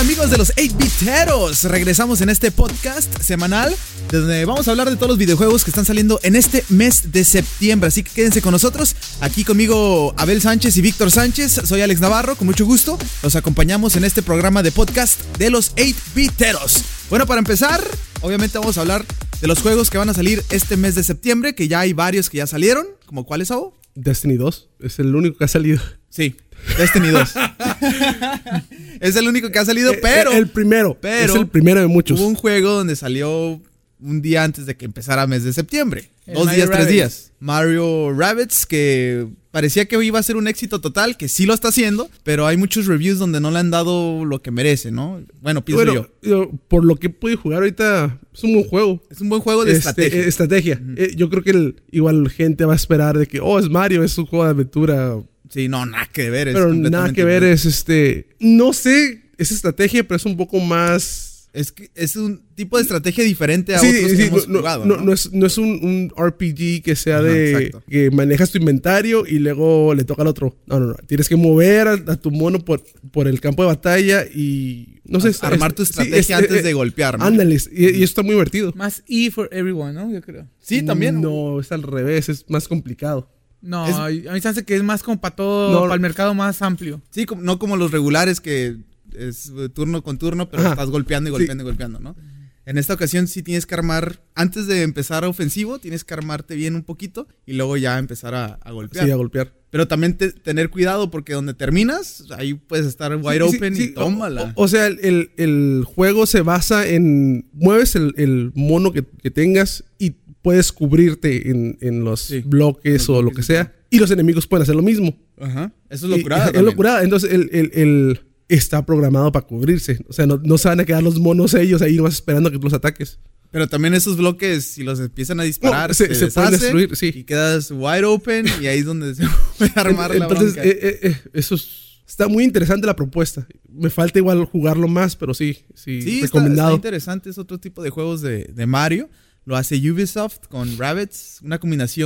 amigos de los 8-Biteros. Regresamos en este podcast semanal de donde vamos a hablar de todos los videojuegos que están saliendo en este mes de septiembre. Así que quédense con nosotros. Aquí conmigo Abel Sánchez y Víctor Sánchez. Soy Alex Navarro, con mucho gusto. Los acompañamos en este programa de podcast de los 8-Biteros. Bueno, para empezar, obviamente vamos a hablar de los juegos que van a salir este mes de septiembre, que ya hay varios que ya salieron. ¿Como cuáles, Abo? Destiny 2 es el único que ha salido. Sí, Destiny 2. es el único que ha salido, pero. Eh, El, el primero. Pero es el primero de muchos. Hubo un juego donde salió un día antes de que empezara mes de septiembre. El Dos Mario días, tres Rabbids. días. Mario Rabbits, que parecía que iba a ser un éxito total, que sí lo está haciendo, pero hay muchos reviews donde no le han dado lo que merece, ¿no? Bueno, pienso Bueno, yo. yo, por lo que pude jugar ahorita, es un buen juego. Es un buen juego de Este, estrategia. eh, estrategia. Eh, yo creo que el- igual gente va a esperar de que, oh, es Mario, es un juego de aventura. sí, no, nada que ver. es pero nada completamente que ver, diferente. es este. No sé, es estrategia, pero es un poco más. Es que es un tipo de estrategia diferente a Sí, otros sí, que no, hemos no- jugado. no- ¿no? no es, no es un, un RPG que sea Ajá, de exacto. que manejas tu inventario y luego le toca al otro. No, no, no. Tienes que mover a, a tu mono por, por el campo de batalla y no sé, A- es- armar es- tu sí, estrategia es- antes eh, de golpear. ¿no? Ándale, y, y esto está muy divertido. Más E for everyone, ¿no? Yo creo. Sí, también. No, es al revés, es más complicado. No, Es- a mí se hace que es más como para todo, No. para el mercado más amplio. Sí, como- no como los regulares que es eh, turno con turno, pero Ajá. estás golpeando y golpeando y golpeando, ¿no? En esta ocasión sí tienes que armar, antes de empezar ofensivo, tienes que armarte bien un poquito y luego ya empezar a, a golpear. Sí, a golpear. Pero también te- tener cuidado porque donde terminas, ahí puedes estar wide Sí, open sí, y sí. tómala. O, o sea, el, el- el juego se basa en. Mueves el, el mono que, que tengas y puedes cubrirte en, en los Sí. bloques o lo que sea. Y los enemigos pueden hacer lo mismo. Ajá. Eso es Y- locura. Es locura. Entonces, el, el- el- está programado para cubrirse. O sea, no, no se van a quedar los monos ellos ahí nomás esperando a que tú los ataques. Pero también esos bloques, si los empiezan a disparar, No, se, se- se pueden deshace destruir, sí. Y quedas wide open y ahí es donde se puede armar la Entonces, bronca. eh, eh, eh, eso es- Está muy interesante la propuesta. Me falta igual jugarlo más, pero sí, sí, Sí, está- Está, recomendado. interesante, es otro tipo de juegos de, de Mario. Lo hace Ubisoft con Rabbits, una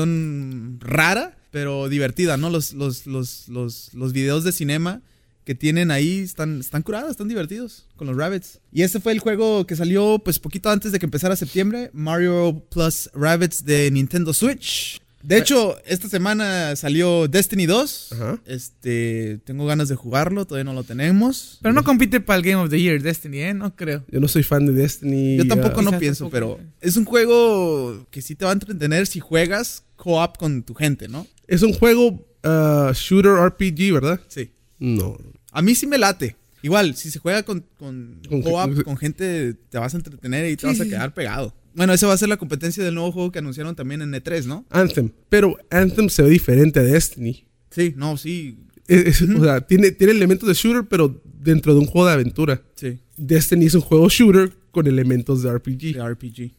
combinación rara, pero divertida, ¿no? Los, los, los, los, los videos de cinema que tienen ahí están, están curados, están divertidos con los Rabbits. Y este fue el juego que salió pues poquito antes de que empezara septiembre, Mario Plus Rabbits de Nintendo Switch. De hecho, esta semana salió Destiny 2. Eh. Ajá. Este, tengo ganas de jugarlo, todavía no lo tenemos. Pero no compite para el Game of the Year, Destiny, ¿eh? No creo. Yo no soy fan de Destiny. Yo tampoco ah, no Quizás pienso, tampoco. pero es un juego que sí te va a entretener si juegas co-op con tu gente, ¿no? Es un juego ah, shooter RPG, ¿verdad? Sí. No. A mí sí me late. Igual, si se juega con, con Con co-op, gen- con gente, te vas a entretener y te Sí, vas a sí, sí. quedar pegado. Bueno, esa va a ser la competencia del nuevo juego que anunciaron también en E3, ¿no? Anthem. Pero Anthem se ve diferente a Destiny. Sí. No, sí. Es- es- O sea, tiene, tiene elementos de shooter, pero dentro de un juego de aventura. Sí. Destiny es un juego shooter con elementos de RPG. De RPG.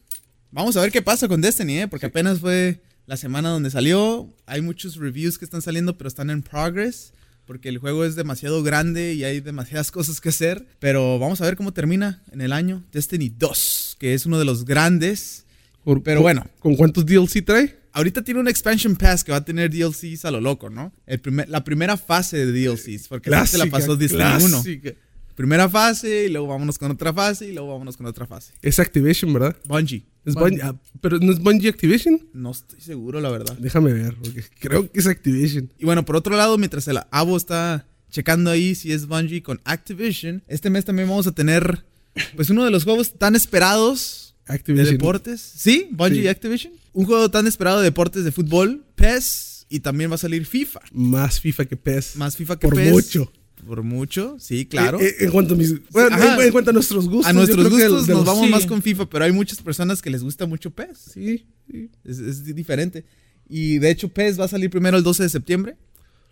Vamos a ver qué pasa con Destiny, ¿eh? Porque apenas fue la semana donde salió. Hay muchos reviews que están saliendo, pero están en progress. Porque el juego es demasiado grande y hay demasiadas cosas que hacer. Pero vamos a ver cómo termina en el año Destiny 2, que es uno de los grandes. Por- Pero con- bueno. ¿Con cuántos DLC trae? Ahorita tiene un expansion pass que va a tener DLCs a lo loco, ¿no? El primer- la primera fase de DLCs, porque así se la pasó Destiny 1. clásica. Primera fase, y luego vámonos con otra fase, y luego vámonos con otra fase. Es Activation, ¿verdad? Bungie, Es Bungie. Bungie. Ah, pero no es Bungie Activation. no estoy seguro, la verdad. Déjame ver, porque creo que es Activation. Y bueno, por otro lado, mientras el Abo está checando ahí si es Bungie con Activision, este mes también vamos a tener pues uno de los juegos tan esperados de Activation. deportes. ¿Sí? Bungie Sí. y Activision. Un juego tan esperado de deportes de fútbol, PES y también va a salir FIFA. Más FIFA que PES. Más FIFA que Por PES. mucho. Por mucho, sí, claro. Eh, eh, en cuanto a mis- bueno, Ajá. en- en cuanto a nuestros gustos. a yo nuestros creo que gustos de nos los- vamos sí. más con FIFA, pero hay muchas personas que les gusta mucho PES. Sí, sí. Es, es diferente. Y de hecho, PES va a salir primero el 12 de septiembre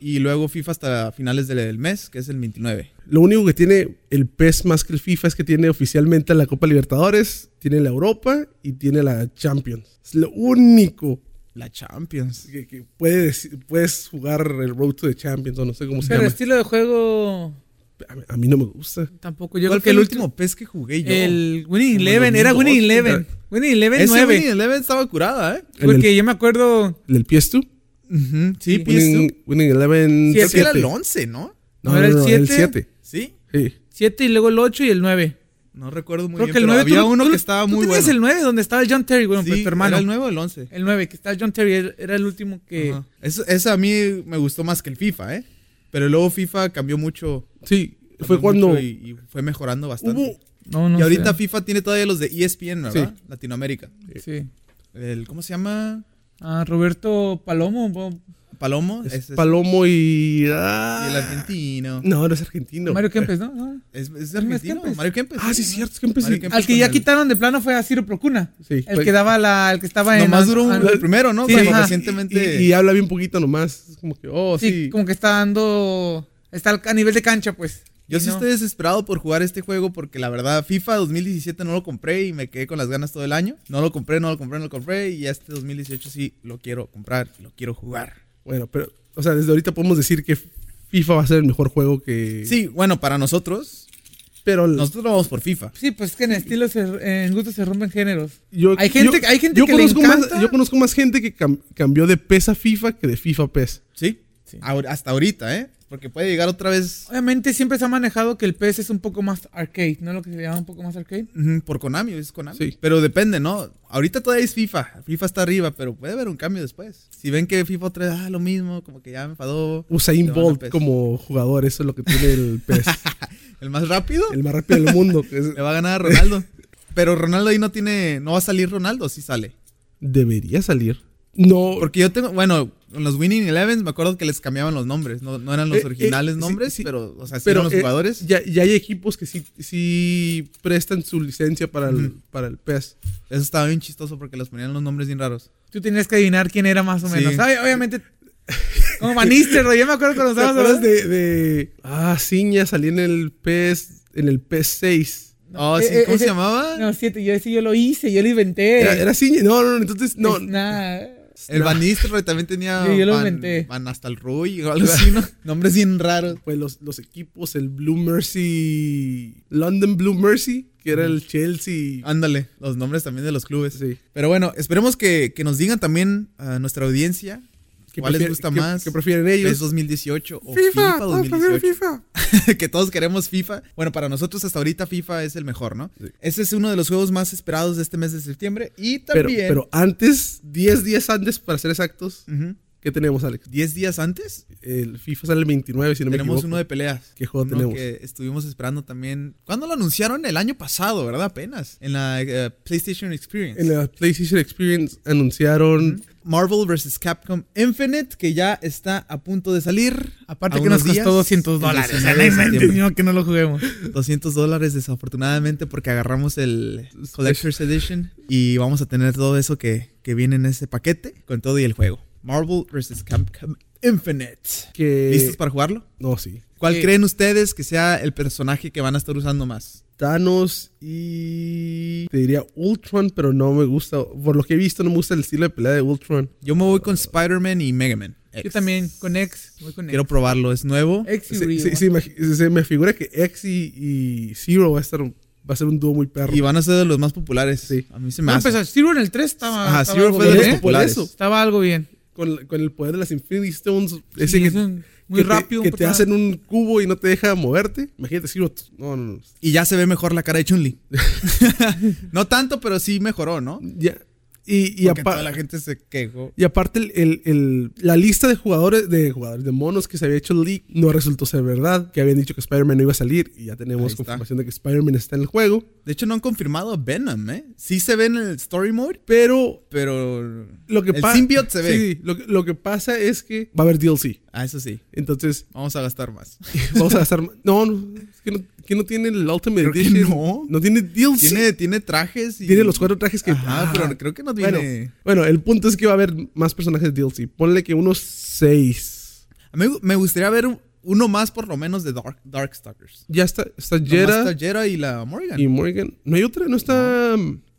y luego FIFA hasta finales del mes, que es el 29. Lo único que tiene el PES más que el FIFA es que tiene oficialmente la Copa Libertadores, tiene la Europa y tiene la Champions. Es lo único La Champions. que, que puede decir- puedes jugar el Road to the Champions o no sé cómo se Pero el llama. estilo de juego A mí- A, mí no me gusta. tampoco. Yo ¿Cuál creo fue que el último PES que jugué yo? El Winning Como Eleven, era 2002, Winning ¿no? Eleven. Winning Eleven Ese 9. Winning Eleven estaba curada, ¿eh? En el, Porque yo me acuerdo, en el PS2. Ujú, Sí, Sí. PS2. Winning, Winning Eleven Sí, Creo que era 7. el 11, ¿no? No, ¿No era el no, no, el 7. 7? Sí. Sí. 7 y luego el 8 y el 9. No recuerdo muy Creo bien, que el pero 9 había tú, uno tú- que estaba tú Ah, muy tenías bueno. el 9 donde estaba el John Terry, bueno, Sí, pues tu hermano. ¿Era el 9 o el 11? El 9, que estaba el John Terry, era- era el último que... Ajá. Eso, eso a mí me gustó más que el FIFA, ¿eh? Pero luego FIFA cambió mucho. Sí, cambió fue cuando mucho Y, y fue mejorando bastante. hubo. No, no y ahorita sé. FIFA tiene todavía los de E ESPN, ¿verdad? Sí. Latinoamérica. Sí. El, ¿Cómo se llama? Ah, Roberto Palomo. bo- Palomo. es ese es- Palomo y. y ah, el argentino. No, no es argentino. Mario Kempes, ¿no? Ah. ¿no? ¿Es, es No, es argentino? Ah. Kempes. Mario Kempes. Ah, sí, es cierto, es que empecé. Mario Kempes. Al que con ya el- Pues, quitaron de plano fue a Ciro Procuna. Sí, el fue- que daba la... El que estaba en... Nomás duró un- ah, el primero, ¿no? Sí, Cuando ajá. recientemente... Y, y habla bien poquito nomás. Es como que, oh, sí, sí. como que está dando... Está al- a nivel de cancha, pues. Yo Y sí no. estoy desesperado por jugar este juego porque la verdad FIFA 2017 no lo compré y me quedé con las ganas todo el año. No lo compré, no lo compré, no lo compré y este 2018 sí lo quiero comprar, lo quiero jugar. Bueno, pero, o sea, desde ahorita podemos decir que FIFA va a ser el mejor juego que. Sí, bueno, para nosotros, pero. nosotros vamos por FIFA. Sí, pues es que en estilos, se- en gustos se rompen géneros. Yo, Hay gente- hay gente que le conozco encanta. Más, yo conozco más gente que cam- cambió de PES a FIFA que de FIFA a PES. Sí, Sí. Ahor- hasta ahorita, ¿eh? Porque puede llegar otra vez Obviamente siempre se ha manejado que el PS es un poco más arcade, ¿no? Lo que se llama un poco más arcade. ujú, por Konami, es Konami. Sí. Pero depende, ¿no? Ahorita todavía es FIFA, FIFA está arriba, pero puede haber un cambio después. Si ven que FIFA otra vez, ah, lo mismo, como que ya me enfadó. Usain Se van a Bolt PES. como jugador, eso es lo que tiene el PES. El más rápido. el más rápido del mundo. que es- Le va a ganar a Ronaldo. Pero Ronaldo ahí no tiene. No va a salir Ronaldo, sí sale. debería salir. No, Porque yo tengo. Bueno, en los Winning Elevens me acuerdo que les cambiaban los nombres. No, no eran los Eh, eh, originales sí, nombres, sí. pero. O sea, sí pero eran los eh, jugadores. ya, ya hay equipos que sí, sí prestan su licencia para el, para el PES. Eso estaba bien chistoso porque les ponían los nombres bien raros. Tú tenías que adivinar quién era más o Sí. menos. Ay, Obviamente, como Van Nistelrooy, yo me acuerdo cuando ¿Te estábamos acuerdas hablando- de, de- Ah, Ciña salía en el PES, en el PES 6. Oh, eh, sí, eh, ¿Cómo ese- se llamaba? No, siete, yo, sí, yo lo hice, yo lo inventé. Era, era Ciña, no, no, no, entonces no. Es nada. el Van Nistelrooy también tenía. Sí, yo lo Van- inventé. Van hasta el Ruy o algo así, ¿no? nombres bien raros. Pues los, los equipos, el Blue Mercy, London Blue Mercy, que era el Chelsea. Ándale, los nombres también de los clubes. Sí. Pero bueno, esperemos que, que nos digan también a nutra audiencia que cuál les prefiere- gusta que- más. Que prefieren ellos. Es 2018 o FIFA, FIFA, todos prefieren 2018. FIFA. que todos queremos FIFA. Bueno, para nosotros hasta ahorita FIFA es el mejor, ¿no? Sí. Ese es uno de los juegos más esperados de este mes de septiembre. Y Pero, también... pero antes, 10 días antes, para ser exactos, Ujú. ¿qué tenemos, Alex? Diez días antes El FIFA sale el 29, si no me tenemos equivoco. uno de peleas. ¿Qué juego Uno tenemos? que estuvimos esperando también. ¿Cuándo lo anunciaron? El año pasado, ¿verdad? Apenas. En la eh, PlayStation Experience. En la PlayStation Experience anunciaron... Marvel vs. Capcom Infinite, que ya está a punto de salir. Aparte A que nos unos costó días, 200 el dólares. O 19 sea, de no inventes, septiembre. no, que no lo juguemos. 200 dólares desafortunadamente porque agarramos el Collector's Edition y vamos a tener todo eso que, que viene en ese paquete con todo y el juego. Marvel vs. Capcom Infinite. que... ¿Listos para jugarlo? No, sí. ¿Cuál Sí. creen ustedes que sea el personaje que van a estar usando más? Thanos y... Te diría Ultron, pero no me gusta. Por lo que he visto, no me gusta el estilo de pelea de Ultron. Yo me voy con Spider-Man y Mega Man. X. Yo también, con X, voy con X. Quiero probarlo, es nuevo. X y Se, Ryu, se- ¿no? se me, se me figura que X y, y Zero va a, estar, va a ser un dúo muy perro. Y van a ser de los más populares. Sí. A mí se me No, hace. pues, Zero en el 3 estaba. Ajá, estaba Zero algo fue de bien, los ¿eh? populares. Por eso. Estaba algo bien. Con, con el poder de las Infinity Stones. Sí, Ese que, es un- muy que te- rápido. que un te personaje. hacen un cubo y no te deja moverte. Imagínate, Zero. t- No, no, no. Y ya se ve mejor la cara de Chun-Li. no tanto, pero sí mejoró, ¿no? Ya. Y, y Porque apa- toda la gente se quejó. Y aparte, el, el- el- la lista de jugadores, de jugadores, de monos que se había hecho el leak no resultó ser verdad. Que habían dicho que Spider-Man no iba a salir y ya tenemos Ahí está. confirmación de que Spider-Man está en el juego. De hecho, no han confirmado a Venom, ¿eh? Sí se ve en el story mode, Pero pero. lo que El pa- symbiote se ve. Sí, sí. lo, que- lo que pasa es que va a haber DLC. Ah, eso sí. Entonces, Vamos a gastar más. vamos a gastar. más- No, no, es que no, que no tiene el Ultimate Creo que Edition. no. tiene DLC. Tiene, Tiene, tiene trajes y. los cuatro trajes que. Ajá, Ah, pero creo que no bueno, tiene. bueno, el punto es que va a haber más personajes de DLC. Ponle que unos seis. A mí me gustaría ver un- uno más, por lo menos, de Dark, Darkstalkers. Ya está, está Nomás Jera. está Jera y la Morgan. y Morgan. No hay otra, no está. A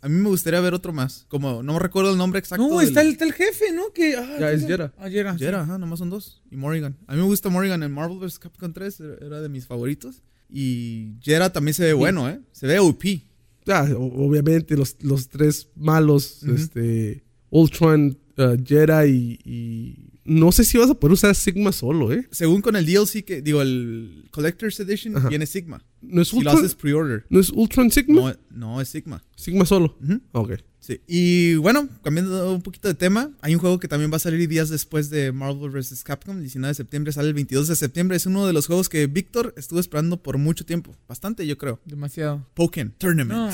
mí me gustaría ver otro más. Como no recuerdo el nombre exacto. No, del- está el, está el jefe, ¿no? Que, ah, Ya, es Jera. Jera. Ah, Jera. Jera, ajá, nomás son dos. Y Morrigan. A mí me gusta Morrigan en Marvel vs. Capcom 3, era- era de mis favoritos. Y Jera también se ve bueno, ¿eh? Se ve OP. Ah, o- obviamente, los, los tres malos, Ujú. este. Ultron, uh, Jedi y, y- no sé si vas a poder usar Sigma solo, ¿eh? Según con el DLC que, digo, el Collector's Edition Ajá. viene Sigma. ¿No es Si lo Ultron? haces pre-order. ¿No es Ultron Sigma? No, no es Sigma. Sigma solo. Ujú. Ok. Sí. Y bueno, cambiando un poquito de tema, hay un juego que también va a salir días después de Marvel vs. Capcom, el 19 de septiembre, sale el 22 de septiembre. Es uno de los juegos que Víctor estuvo esperando por mucho tiempo, bastante yo creo. Demasiado. Pokémon Tournament. No.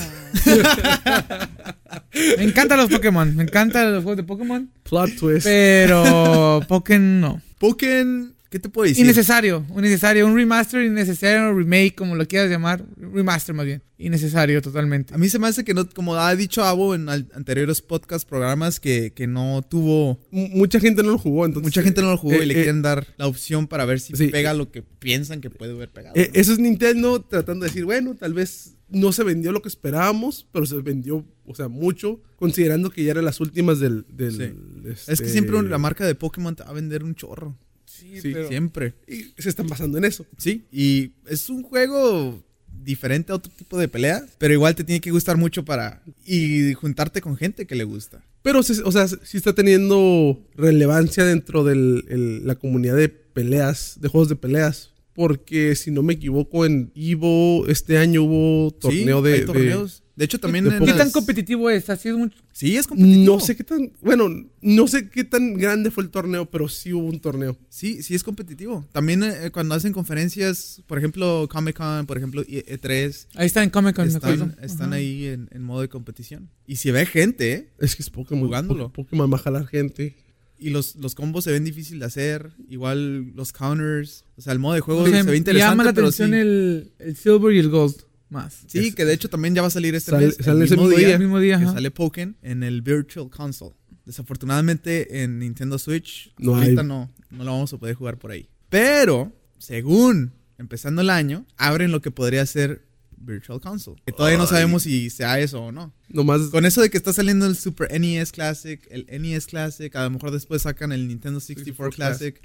me encantan los Pokémon. Me encantan los juegos de Pokémon. Plot twist. Eh, Pero Pokémon no. Pokémon, ¿qué te puedo decir? Innecesario, innecesario. Un remaster, innecesario, remake, como lo quieras llamar. Remaster más bien. Innecesario totalmente. A mí se me hace que no, como ha dicho Abo en al- anteriores podcasts, programas, que, que no tuvo... M- Mucha gente no lo jugó, entonces. Mucha gente no lo jugó eh, y le eh, quieren dar la opción para ver si sí. pega lo que piensan que puede haber pegado. Eh, ¿no? eso es Nintendo tratando de decir, bueno, tal vez no se vendió lo que esperábamos, pero se vendió, o sea, mucho, considerando que ya eran las últimas del... del, Sí. Es este, que siempre la marca de Pokémon te va a vender un chorro. sí, pero- Siempre. Y se están basando en eso. Sí, y es un juego diferente a otro tipo de pelea, pero igual te tiene que gustar mucho para y juntarte con gente que le gusta. Pero, sí- o sea, sí está teniendo relevancia dentro de la comunidad de peleas, de juegos de peleas. Porque, si no me equivoco, en Evo este año hubo torneo sí, de... hay de- torneos. De, hecho también de en Pokémon. ¿Qué tan las- competitivo es? Ha sido mucho. Sí, es competitivo. no sé qué tan... Bueno, no sé qué tan grande fue el torneo, pero sí hubo un torneo. Sí, sí es competitivo. También eh, cuando hacen conferencias, por ejemplo, Comic-Con, por ejemplo, E- E3, Ahí está en Comic Con, me acuerdo. están, están Ajá. ahí en, en modo de competición. Y si ve gente, ¿eh? Es que es Pokémon. Jugándolo. Po- Pokémon va a jalar gente. y los, los combos se ven difícil de hacer, igual los counters, o sea, el modo de juego O sea, se ve me interesante, llama la pero atención sí. el, el Silver y el Gold más. Sí, que de hecho también ya va a salir este Sale- mes, el sale ese mismo mismo día, día. El mismo día. que ajá. sale Pokémon en el Virtual Console. Desafortunadamente en Nintendo Switch No ahorita hay. no, no lo vamos a poder jugar por ahí. Pero, según empezando el año, abren lo que podría ser Virtual Console. Que todavía no sabemos si sea eso o no. Nomás... Con eso de que está saliendo el Super NES Classic, el NES Classic, a lo mejor después sacan el Nintendo 64 Classic.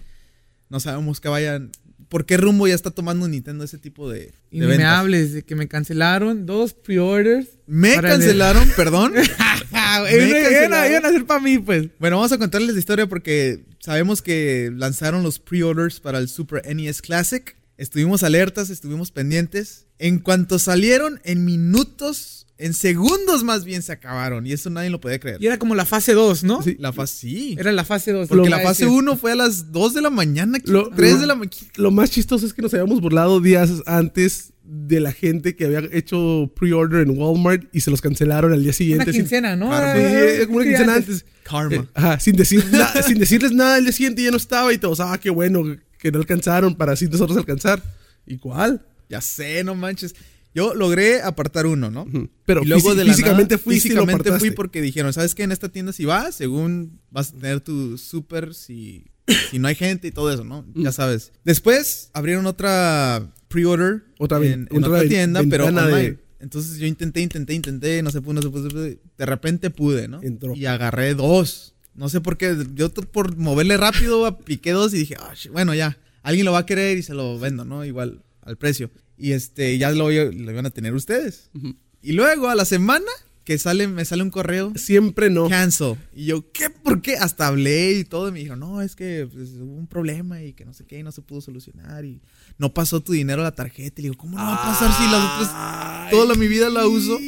No sabemos qué vayan. ¿Por qué rumbo ya está tomando Nintendo ese tipo de, de Y ni me ventas? hables de que me cancelaron dos pre-orders. Me Para cancelaron, perdón. Ah, Me cancelaron. iban a hacer para mí, pues. Bueno, vamos a contarles la historia porque sabemos que lanzaron los pre-orders para el Super NES Classic. Estuvimos alertas, estuvimos pendientes. En cuanto salieron, en minutos, en segundos más bien se acabaron. Y eso nadie lo podía creer. Y era como la fase 2, ¿no? Sí. La fase sí. Era la fase 2. Pues Porque la fase 1 fue a las 2 de la mañana, Lo- 3 lo- de la mañana. Lo más chistoso es que nos habíamos burlado días antes de la gente que había hecho pre-order en Walmart y se los cancelaron al día Una siguiente. sin- quincena, ¿no? Claro, pues, Sí, eh, como una quincena antes. Eh, Karma. ajá, sin, decir na- sin decirles nada, al día siguiente ya no estaba y todos, ah, qué bueno que no alcanzaron para así nosotros alcanzar. Igual. Ya sé, no manches. Yo logré apartar uno, ¿no? Pero Y luego fisi- de la físicamente nada, fui físicamente físicamente fui porque dijeron, ¿sabes qué? En esta tienda si vas, según vas a tener tu super si, si no hay gente y todo eso, ¿no? Ya sabes. Después abrieron otra pre-order Otra ven- en, en otra otra ven- tienda, pero ventana de- online. Entonces yo intenté, intenté, intenté, no se pudo, no se pudo, no se pudo. de repente pude, ¿no? Entró. Y agarré dos. No sé por qué, yo t- por moverle rápido apliqué dos y dije, "Ah, sh- bueno, ya, alguien lo va a querer y se lo vendo, ¿no? Igual al precio. Y este, ya lo, lo van a tener ustedes. Y luego a la semana que sale, me sale un correo. Siempre no. Cancel. Y yo, ¿qué? ¿Por qué? Hasta hablé y todo. Y me dijeron, no, es que pues, hubo un problema y que no sé qué, y no se pudo solucionar. Y no pasó tu dinero a la tarjeta. Y le digo, ¿cómo no va a pasar si las otras toda la- mi vida la uso?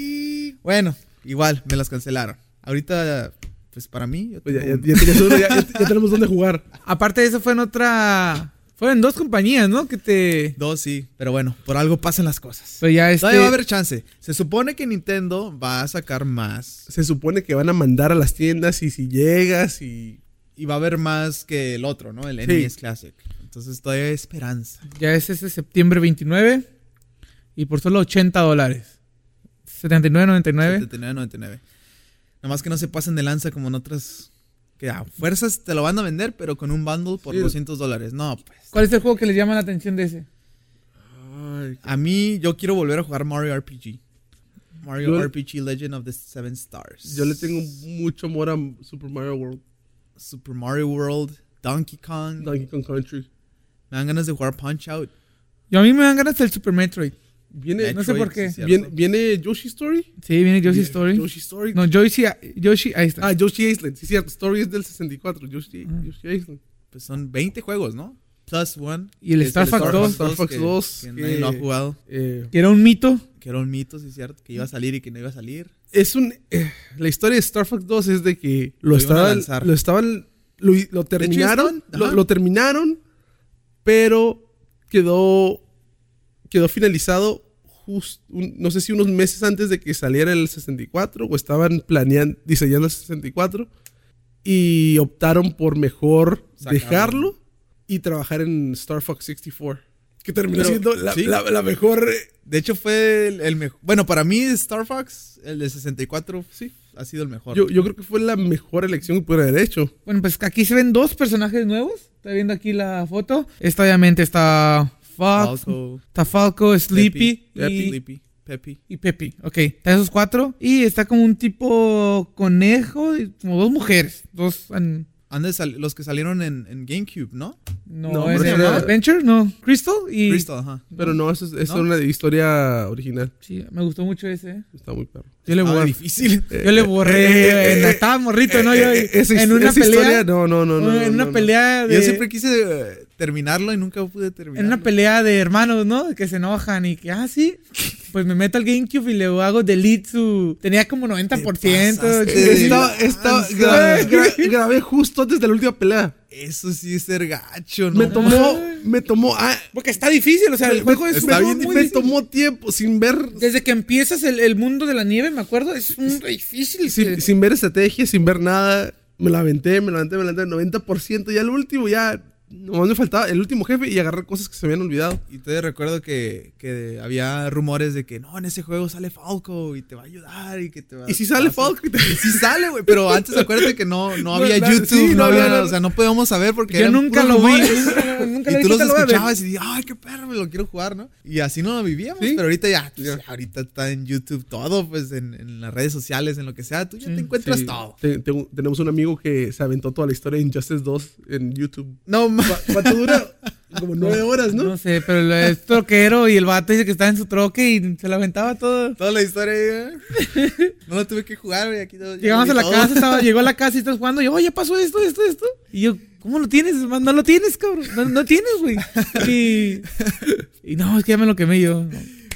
Bueno, igual, me las cancelaron. Ahorita, pues para mí, yo Pues ya, tengo ya- ya tenías uno, ya- ya- ya tenemos donde jugar. Aparte de eso, fue en otra. Fueron dos compañías, ¿no? Que te. dos, sí. Pero bueno, por algo pasan las cosas. Pero ya este. Todavía va a haber chance. Se supone que Nintendo va a sacar más Se supone que van a mandar a las tiendas y si llegas y Y va a haber más que el otro, ¿no? El Sí. NES Classic. Entonces todavía hay esperanza. Ya es ese septiembre 29. Y por solo 80 dólares. 79.99. 79.99. Nomás que no se pasen de lanza como en otras. Que a fuerzas te lo van a vender, pero con un bundle por Sí. 200 dólares. No, pues. ¿Cuál es el juego que les llama la atención de ese? A mí, yo quiero volver a jugar Mario RPG. Mario Yo le- RPG Legend of the Seven Stars. yo le tengo mucho amor a Super Mario World, Super Mario World, Donkey Kong. Donkey Kong Country. Me dan ganas de jugar Punch Out. Yo a mí me dan ganas del Super Metroid. Viene, no sé Metroid, por qué. sí, cierto. viene, viene Yoshi Story. Sí, viene Yoshi Yoshi Story. Yoshi Story. No, Yoshi, Yoshi, ahí está. Ah, Ah, Yoshi Island, sí, cierto. Story es del 64. Yoshi, Yoshi Island. pues son 20 juegos, ¿no? Plus One. Este, Y el que es Star Fox 2, Star Fox que- 2, Que, nadie lo ha que- jugado. Eh, Que era un mito. Que era un mito, sí es cierto. Que iba a salir y que no iba a salir. es un. eh, la historia de Star Fox 2 es de que iban a lo, estaban. lanzar. Lo estaban. Lo, lo terminaron. estaban- Lo, ajá. lo terminaron. Pero quedó. Quedó finalizado. jus- un- no sé si unos meses antes de que saliera el 64. O estaban planeando. Diseñando el 64. Y optaron por mejor Sacarlo. dejarlo. Y trabajar en Star Fox 64. Que terminó Pero- siendo la, sí. la- la mejor. eh, De hecho, fue el, mejor. Bueno, para mí, Star Fox, el de 64, Sí. ha sido el mejor. Yo, yo creo que fue la mejor elección que pudiera haber hecho. Bueno, pues aquí se ven dos personajes nuevos. Está viendo aquí la foto. Esta obviamente está Fox, Falco, Ah, está Falco, Sleepy Peppy, Peppy, y, Sleepy, Peppy. y Peppy. Ok, está esos cuatro. Y está como un tipo conejo, y como dos mujeres. Dos... an- Han de sal- los que salieron en, en GameCube, ¿no? no, No, ¿es pero el era- Adventure? No. ¿Crystal? Y... Crystal, ajá. Pero no, eso es, eso ¿No? es una historia original. Sí, me gustó mucho ese. ¿eh? Está muy perro. Yo le Ah, borré. difícil. Yo le borré. eh, en- eh, estaba morrito, ¿no? Yo Eh, eh, esa his- en una esa pelea. historia, no, no, no, no. no, en no, una no. pelea de. Yo siempre quise eh, terminarlo y nunca pude terminar. En una pelea de hermanos, ¿no? Que se enojan y que, ah, sí. Pues me meto al GameCube y le hago delete su. Tenía como 90%. pasaste de Eh, Estaba, Te estaba- lanzas. gra- gra- grabé justo antes de la última pelea. Eso sí es ser gacho, ¿no? Me tomó, me tomó, ah, Porque está difícil, o sea, el juego es está muy- bien, muy me difícil. tomó tiempo sin ver, Desde que empiezas el, el mundo de la nieve, me acuerdo, es un mundo difícil. sin, sin ver estrategia, sin ver nada. Me la aventé, me la aventé, me la aventé, 90%. Ya el último, ya, nomás me faltaba el último jefe y agarré cosas que se me habían olvidado. Y te recuerdo que, que había rumores de que no, en ese juego sale Falco y te va a ayudar y que te Ah, va Y si sale vas a- Falco, y te- Sí sale, güey, pero antes acuérdate que no, no había Claro, YouTube, sí, no, no, había, no, no. o sea, no podíamos saber porque Yo eran nunca puros lo vi. rumores. Nunca, nunca lo Y vi. tú los nunca lo voy a ver. escuchabas y dices, ay, qué perro, me lo quiero jugar, ¿no? Y así no lo vivíamos, Sí. pero ahorita ya, pues, ahorita está en YouTube todo, pues en, en las redes sociales, en lo que sea, tú ya Sí, te encuentras Sí, todo. te- te- tenemos un amigo que se aventó toda la historia de Injustice 2 en YouTube. No, ma- ¿Cuánto dura? Como nueve horas, pues, ¿no? No sé, pero lo- es troquero y el vato dice que estaba en su troque y se lo aventaba todo. toda la historia, ahí, ¿eh? no lo tuve que jugar, güey, aquí todo- ya Llegamos lo a vi la todo. casa, estaba, llegó a la casa y estás jugando. Y yo, oye, pasó esto, esto, esto. Y yo, ¿cómo lo tienes? man? No lo tienes, cabrón. No, no tienes, güey. Y, y no, es que ya me lo quemé yo.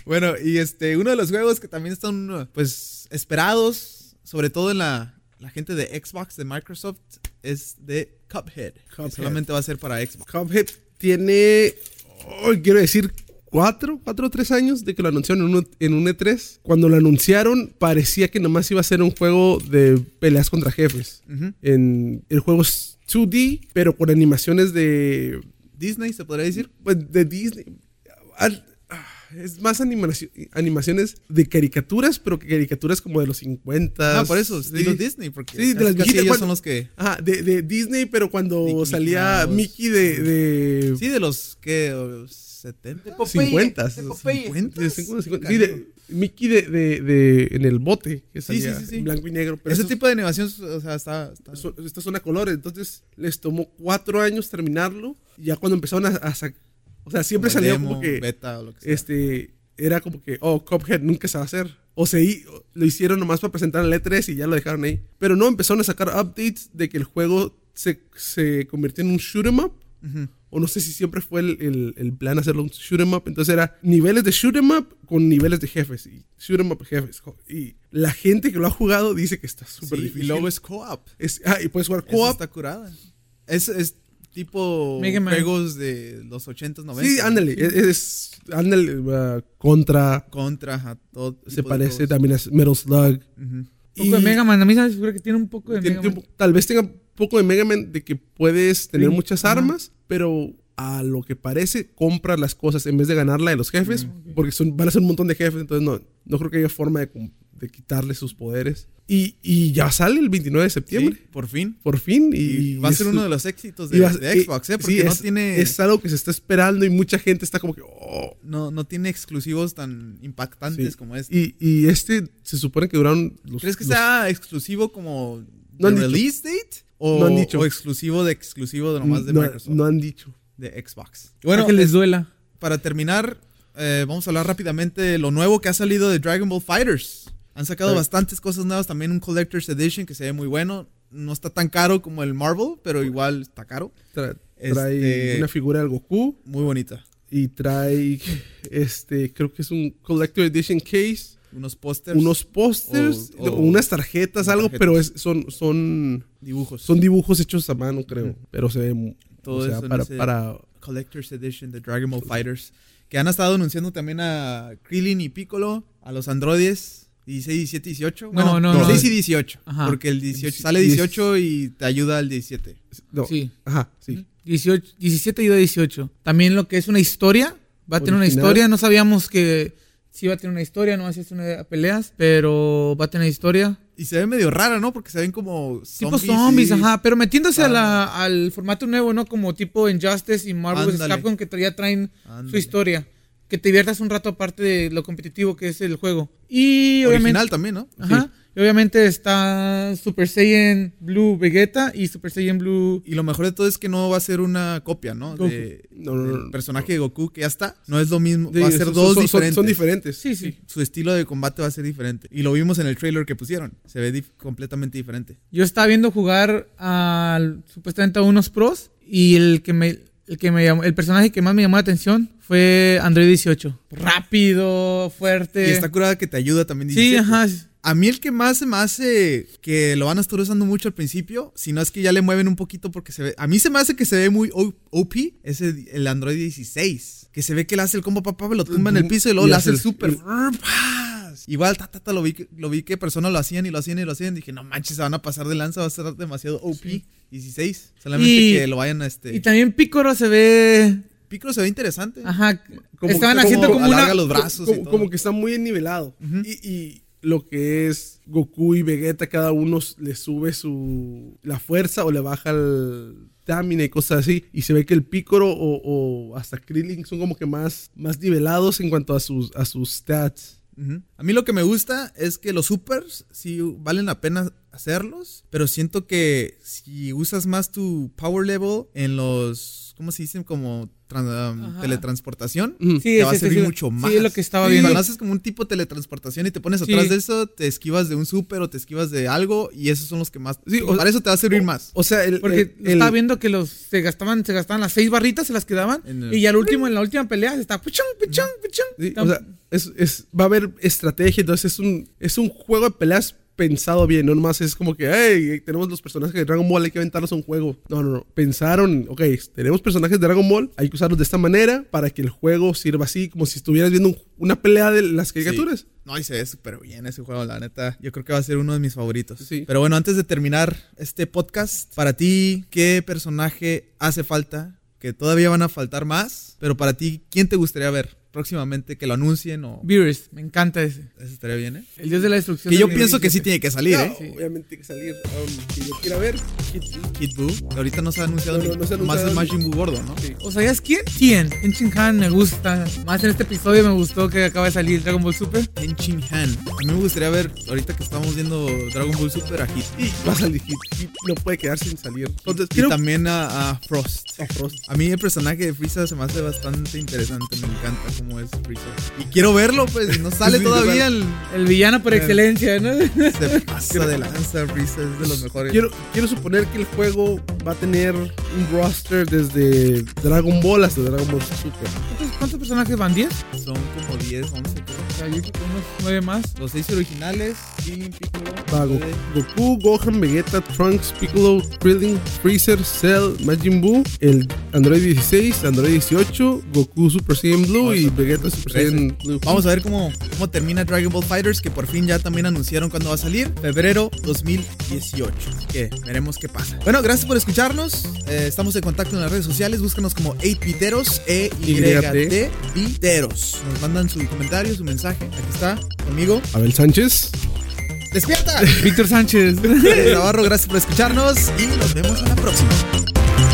Bueno, y este, uno de los juegos que también están, pues, esperados, sobre todo en la, la gente de Xbox, de Microsoft, es de Cuphead. que Cuphead. solamente va a ser para Xbox. Cuphead tiene, oh, quiero decir, cuatro, cuatro o tres años de que lo anunciaron en un, en un E3. Cuando lo anunciaron, parecía que nomás iba a ser un juego de peleas contra jefes. Ujú. En, el juego es 2D, pero con animaciones de, Disney, se podría decir. pues, de Disney. Al- ah, es más animaci- animaciones de caricaturas, pero que caricaturas como de los 50. Ah, por eso, Sí. estilo Disney, porque Sí, de casi, las casi viejitas, ellos cuando- son los que... Ajá, de, de Disney, pero cuando Mickey salía Mouse. Mickey de, de Sí, de los que... ¿70? Popeye, 50. de los Popeye. 50, De 50, 50. Sí, canijo. de- Mickey de, de- de- en el bote, que Sí, sí, salía sí, sí. en blanco y negro. Pero Ese esos- tipo de animación, o sea, está... está- son- Estas son a colores, entonces les tomó cuatro años terminarlo. Y ya cuando empezaron a, sacar. O sea, siempre como salía demo, como que. Beta o lo que sea. este era como que, oh, Cuphead nunca se va a hacer. O se hi- lo hicieron nomás para presentar el E3 y ya lo dejaron ahí. Pero no, empezaron a sacar updates de que el juego se, se convirtió en un shoot 'em up. Ujú. O no sé si siempre fue el, el- el plan hacerlo un shoot 'em up. Entonces era niveles de shoot 'em up con niveles de jefes. Y shoot 'em up jefes. jo- Y la gente que lo ha jugado dice que está súper Sí, difícil. y luego es co-op. Es- ah, y puedes jugar Eso co-op. está curada. Es, es tipo Mega Man. juegos de los 80s, 90s. Sí, ándale. Es, es- ándale, uh, contra. Contra, ajá, todo. tipo Se de parece juegos. también a Metal Slug. Ujú. Un poco de Mega Man. A mí se me que tiene un poco de Tiene- Mega tiene Man. un po- tal vez tenga un poco de Mega Man de que puedes tener Sí, muchas ajá. armas, pero a lo que parece, compras las cosas en vez de ganarla de los jefes, Ah, porque son, van a ser un montón de jefes, entonces no, no creo que haya forma de, cum- de quitarle sus poderes. Y, y ya sale el 29 de Sí, septiembre, por fin. por fin. Y, Y, va a ser uno de los éxitos de, de Xbox, ¿eh? Porque no, tiene, Es algo que se está esperando y mucha gente está como que... "Oh". no, no tiene exclusivos tan impactantes Sí. como este. Y, y este se supone que duraron los... ¿Crees que Pues, los- sea exclusivo como de No han dicho. release date? O, No han dicho. o exclusivo de exclusivo de nomás de no, Microsoft, no han dicho. de Xbox. Para Bueno, que les duela. para terminar, eh, vamos a hablar rápidamente de lo nuevo que ha salido de Dragon Ball Fighters. Han sacado Sí. bastantes cosas nuevas, también un Collector's Edition que se ve muy bueno. No está tan caro como el Marvel, pero igual está caro. Tra- Trae Este, una figura del Goku Muy bonita. y trae, este, creo que es un Collector Edition Case. Unos pósters. unos pósters, O- o- o unas tarjetas, algo, tarjetas. pero es- son, son, dibujos. son dibujos hechos a mano, creo. Pero se ve mu- Todo o sea, eso en para, ese- para- Collector's Edition de Dragon Ball Fighters. Que han estado anunciando también a Krillin y Piccolo, a los androides 16, 17, 18. Bueno, no, no. 16 y 18. Ajá. Porque el 18 Sí, sale diez- 18 y te ayuda al 17. no, Sí. Ajá, sí. 18, 17 y 18. También lo que es una historia. Va a tener una Original. historia. No sabíamos que sí va a tener una historia, no hacías una peleas, pero va a tener historia. Y se ve medio rara, ¿no? Porque se ven como zombies. tipo zombies, sí. Ah. ajá. Pero metiéndose a la- al formato nuevo, ¿no? Como tipo Injustice y Marvel vs. Ándale. Capcom que tra- ya traen su Ándale. historia. Que te diviertas un rato aparte de lo competitivo que es el juego. Y obviamente. Original también, ¿no? Ajá. Y obviamente está Super Saiyan Blue Vegeta y Super Saiyan Blue. Y lo mejor de todo es que no va a ser una copia, ¿no? Goku. De, No, no, no. del personaje de Goku, que ya está. No es lo mismo. Sí, va a ser son- dos son- son- diferentes. Son diferentes. Sí, sí. Su estilo de combate va a ser diferente. Y lo vimos en el trailer que pusieron. Se ve dif- completamente diferente. Yo estaba viendo jugar al supuestamente a unos pros y el que me el que me llamó, el personaje que más me llamó la atención fue Android 18. Rápido, fuerte. Y está curada que te ayuda también. sí, 17. ajá. A mí el que más se me hace que lo van a estar usando mucho al principio, si no es que ya le mueven un poquito porque se ve... A mí se me hace que se ve muy O- OP, es el, el Android 16, que se ve que le hace el combo papá, lo tumba en el piso y luego Y le hace hace el el- super... ¡Pas! Igual, ta, ta, ta, lo vi, que- lo vi que personas lo hacían y lo hacían y lo hacían. Dije, no manches, se van a pasar de lanza, va a ser demasiado OP. 16, solamente Y- que lo vayan a este... Y también Picoro se ve Piccolo se ve interesante. ajá, Como- estaban como- haciendo como alarga una los brazos como, y todo. como que está muy nivelado. y, y lo que es Goku y Vegeta, cada uno s- le sube su la fuerza o le baja el stamina y cosas así. Y se ve que el Picoro o, o hasta Krillin son como que más, más nivelados en cuanto a sus, a sus stats. Ujú. A mí lo que me gusta es que los supers sí valen la pena hacerlos, pero siento que si usas más tu power level en los, ¿cómo se dicen? Como tran- um, Ajá. teletransportación, Ujú. Sí, te va a sí, sí, servir sí. mucho Sí, más. es lo que estaba Cuando viendo. haces como un tipo de teletransportación y te pones Sí. atrás de eso, te esquivas de un super o te esquivas de algo y esos son los que más... Sí, o- para eso te va a servir más. O sea, el, porque el- el- estaba viendo que los se gastaban se gastaban las seis barritas se las quedaban En el- y ya al último en la última pelea se está puchón puchón puchón. sí, o sea, es- es- va a haber estrategia, entonces es un, es un juego de peleas pensado bien, no nomás es como que, hey, tenemos los personajes de Dragon Ball, hay que aventarlos a un juego. No, no, no, pensaron, ok, tenemos personajes de Dragon Ball, hay que usarlos de esta manera para que el juego sirva así, como si estuvieras viendo un- una pelea de las caricaturas. Sí. No, y se ve súper bien ese juego, la neta. Yo creo que va a ser uno de mis favoritos. Sí. Pero bueno, antes de terminar este podcast, para ti, ¿qué personaje hace falta? Que todavía van a faltar más, pero para ti, ¿quién te gustaría ver próximamente? Que lo anuncien o... Beerus, me encanta ese. Eso estaría bien, ¿eh? El dios de la destrucción. Que yo del pienso que sí 2017. tiene que salir, ¿eh? No, Obviamente hay que salir, um, que yo quiera ver. Kid Buu. que Ahorita no se ha anunciado No, no, ni- no se ha más anunciado. el Majin Buu gordo, ¿no? Sí. ¿O sabías quién? ¿Quién? En Shinhan me gusta. Más en este episodio me gustó que acaba de salir Dragon Ball Super. En Shin Han. A mí me gustaría ver, ahorita que estamos viendo Dragon Ball Super, a Hit. Y va a salir, y- y no puede quedar sin salir. Entonces, Y quiero- también a, a Frost. a Frost. A mí el personaje de Freeza se me hace bastante interesante, me encanta cómo es Freeza. Y quiero verlo, pues, no sale Sí, todavía el... El villano por Bueno. excelencia, ¿no? Se pasa de lanza, Freeza es de los mejores. Quiero, quiero suponer que el juego va a tener un roster desde Dragon Ball hasta Dragon Ball Super. ¿Cuántos, cuántos personajes van? ¿10? Son como 10, 11, creo. O sea, yo creo que unos 9 más. Los 6 originales, Krillin, Piccolo, Va Go- Dede, Goku, Gohan, Vegeta, Trunks, Piccolo, Krillin, Freezer, Cell, Majin Buu, el Android 16, Android 18, Goku Super Saiyan Blue y Vegeta Super Saiyan Blue. Vamos a ver cómo, cómo termina Dragon Ball Fighters, que por fin ya también anunciaron cuándo va a salir, febrero 2018. Así que veremos qué pasa. Bueno, gracias por escucharnos. eh, estamos en contacto en las redes sociales. Búscanos como 8viteros, e y t viteros. Nos mandan su comentario, su mensaje. Aquí está, conmigo. Abel Sánchez. ¡Despierta! Víctor Sánchez. Navarro, gracias por escucharnos y nos vemos a la próxima.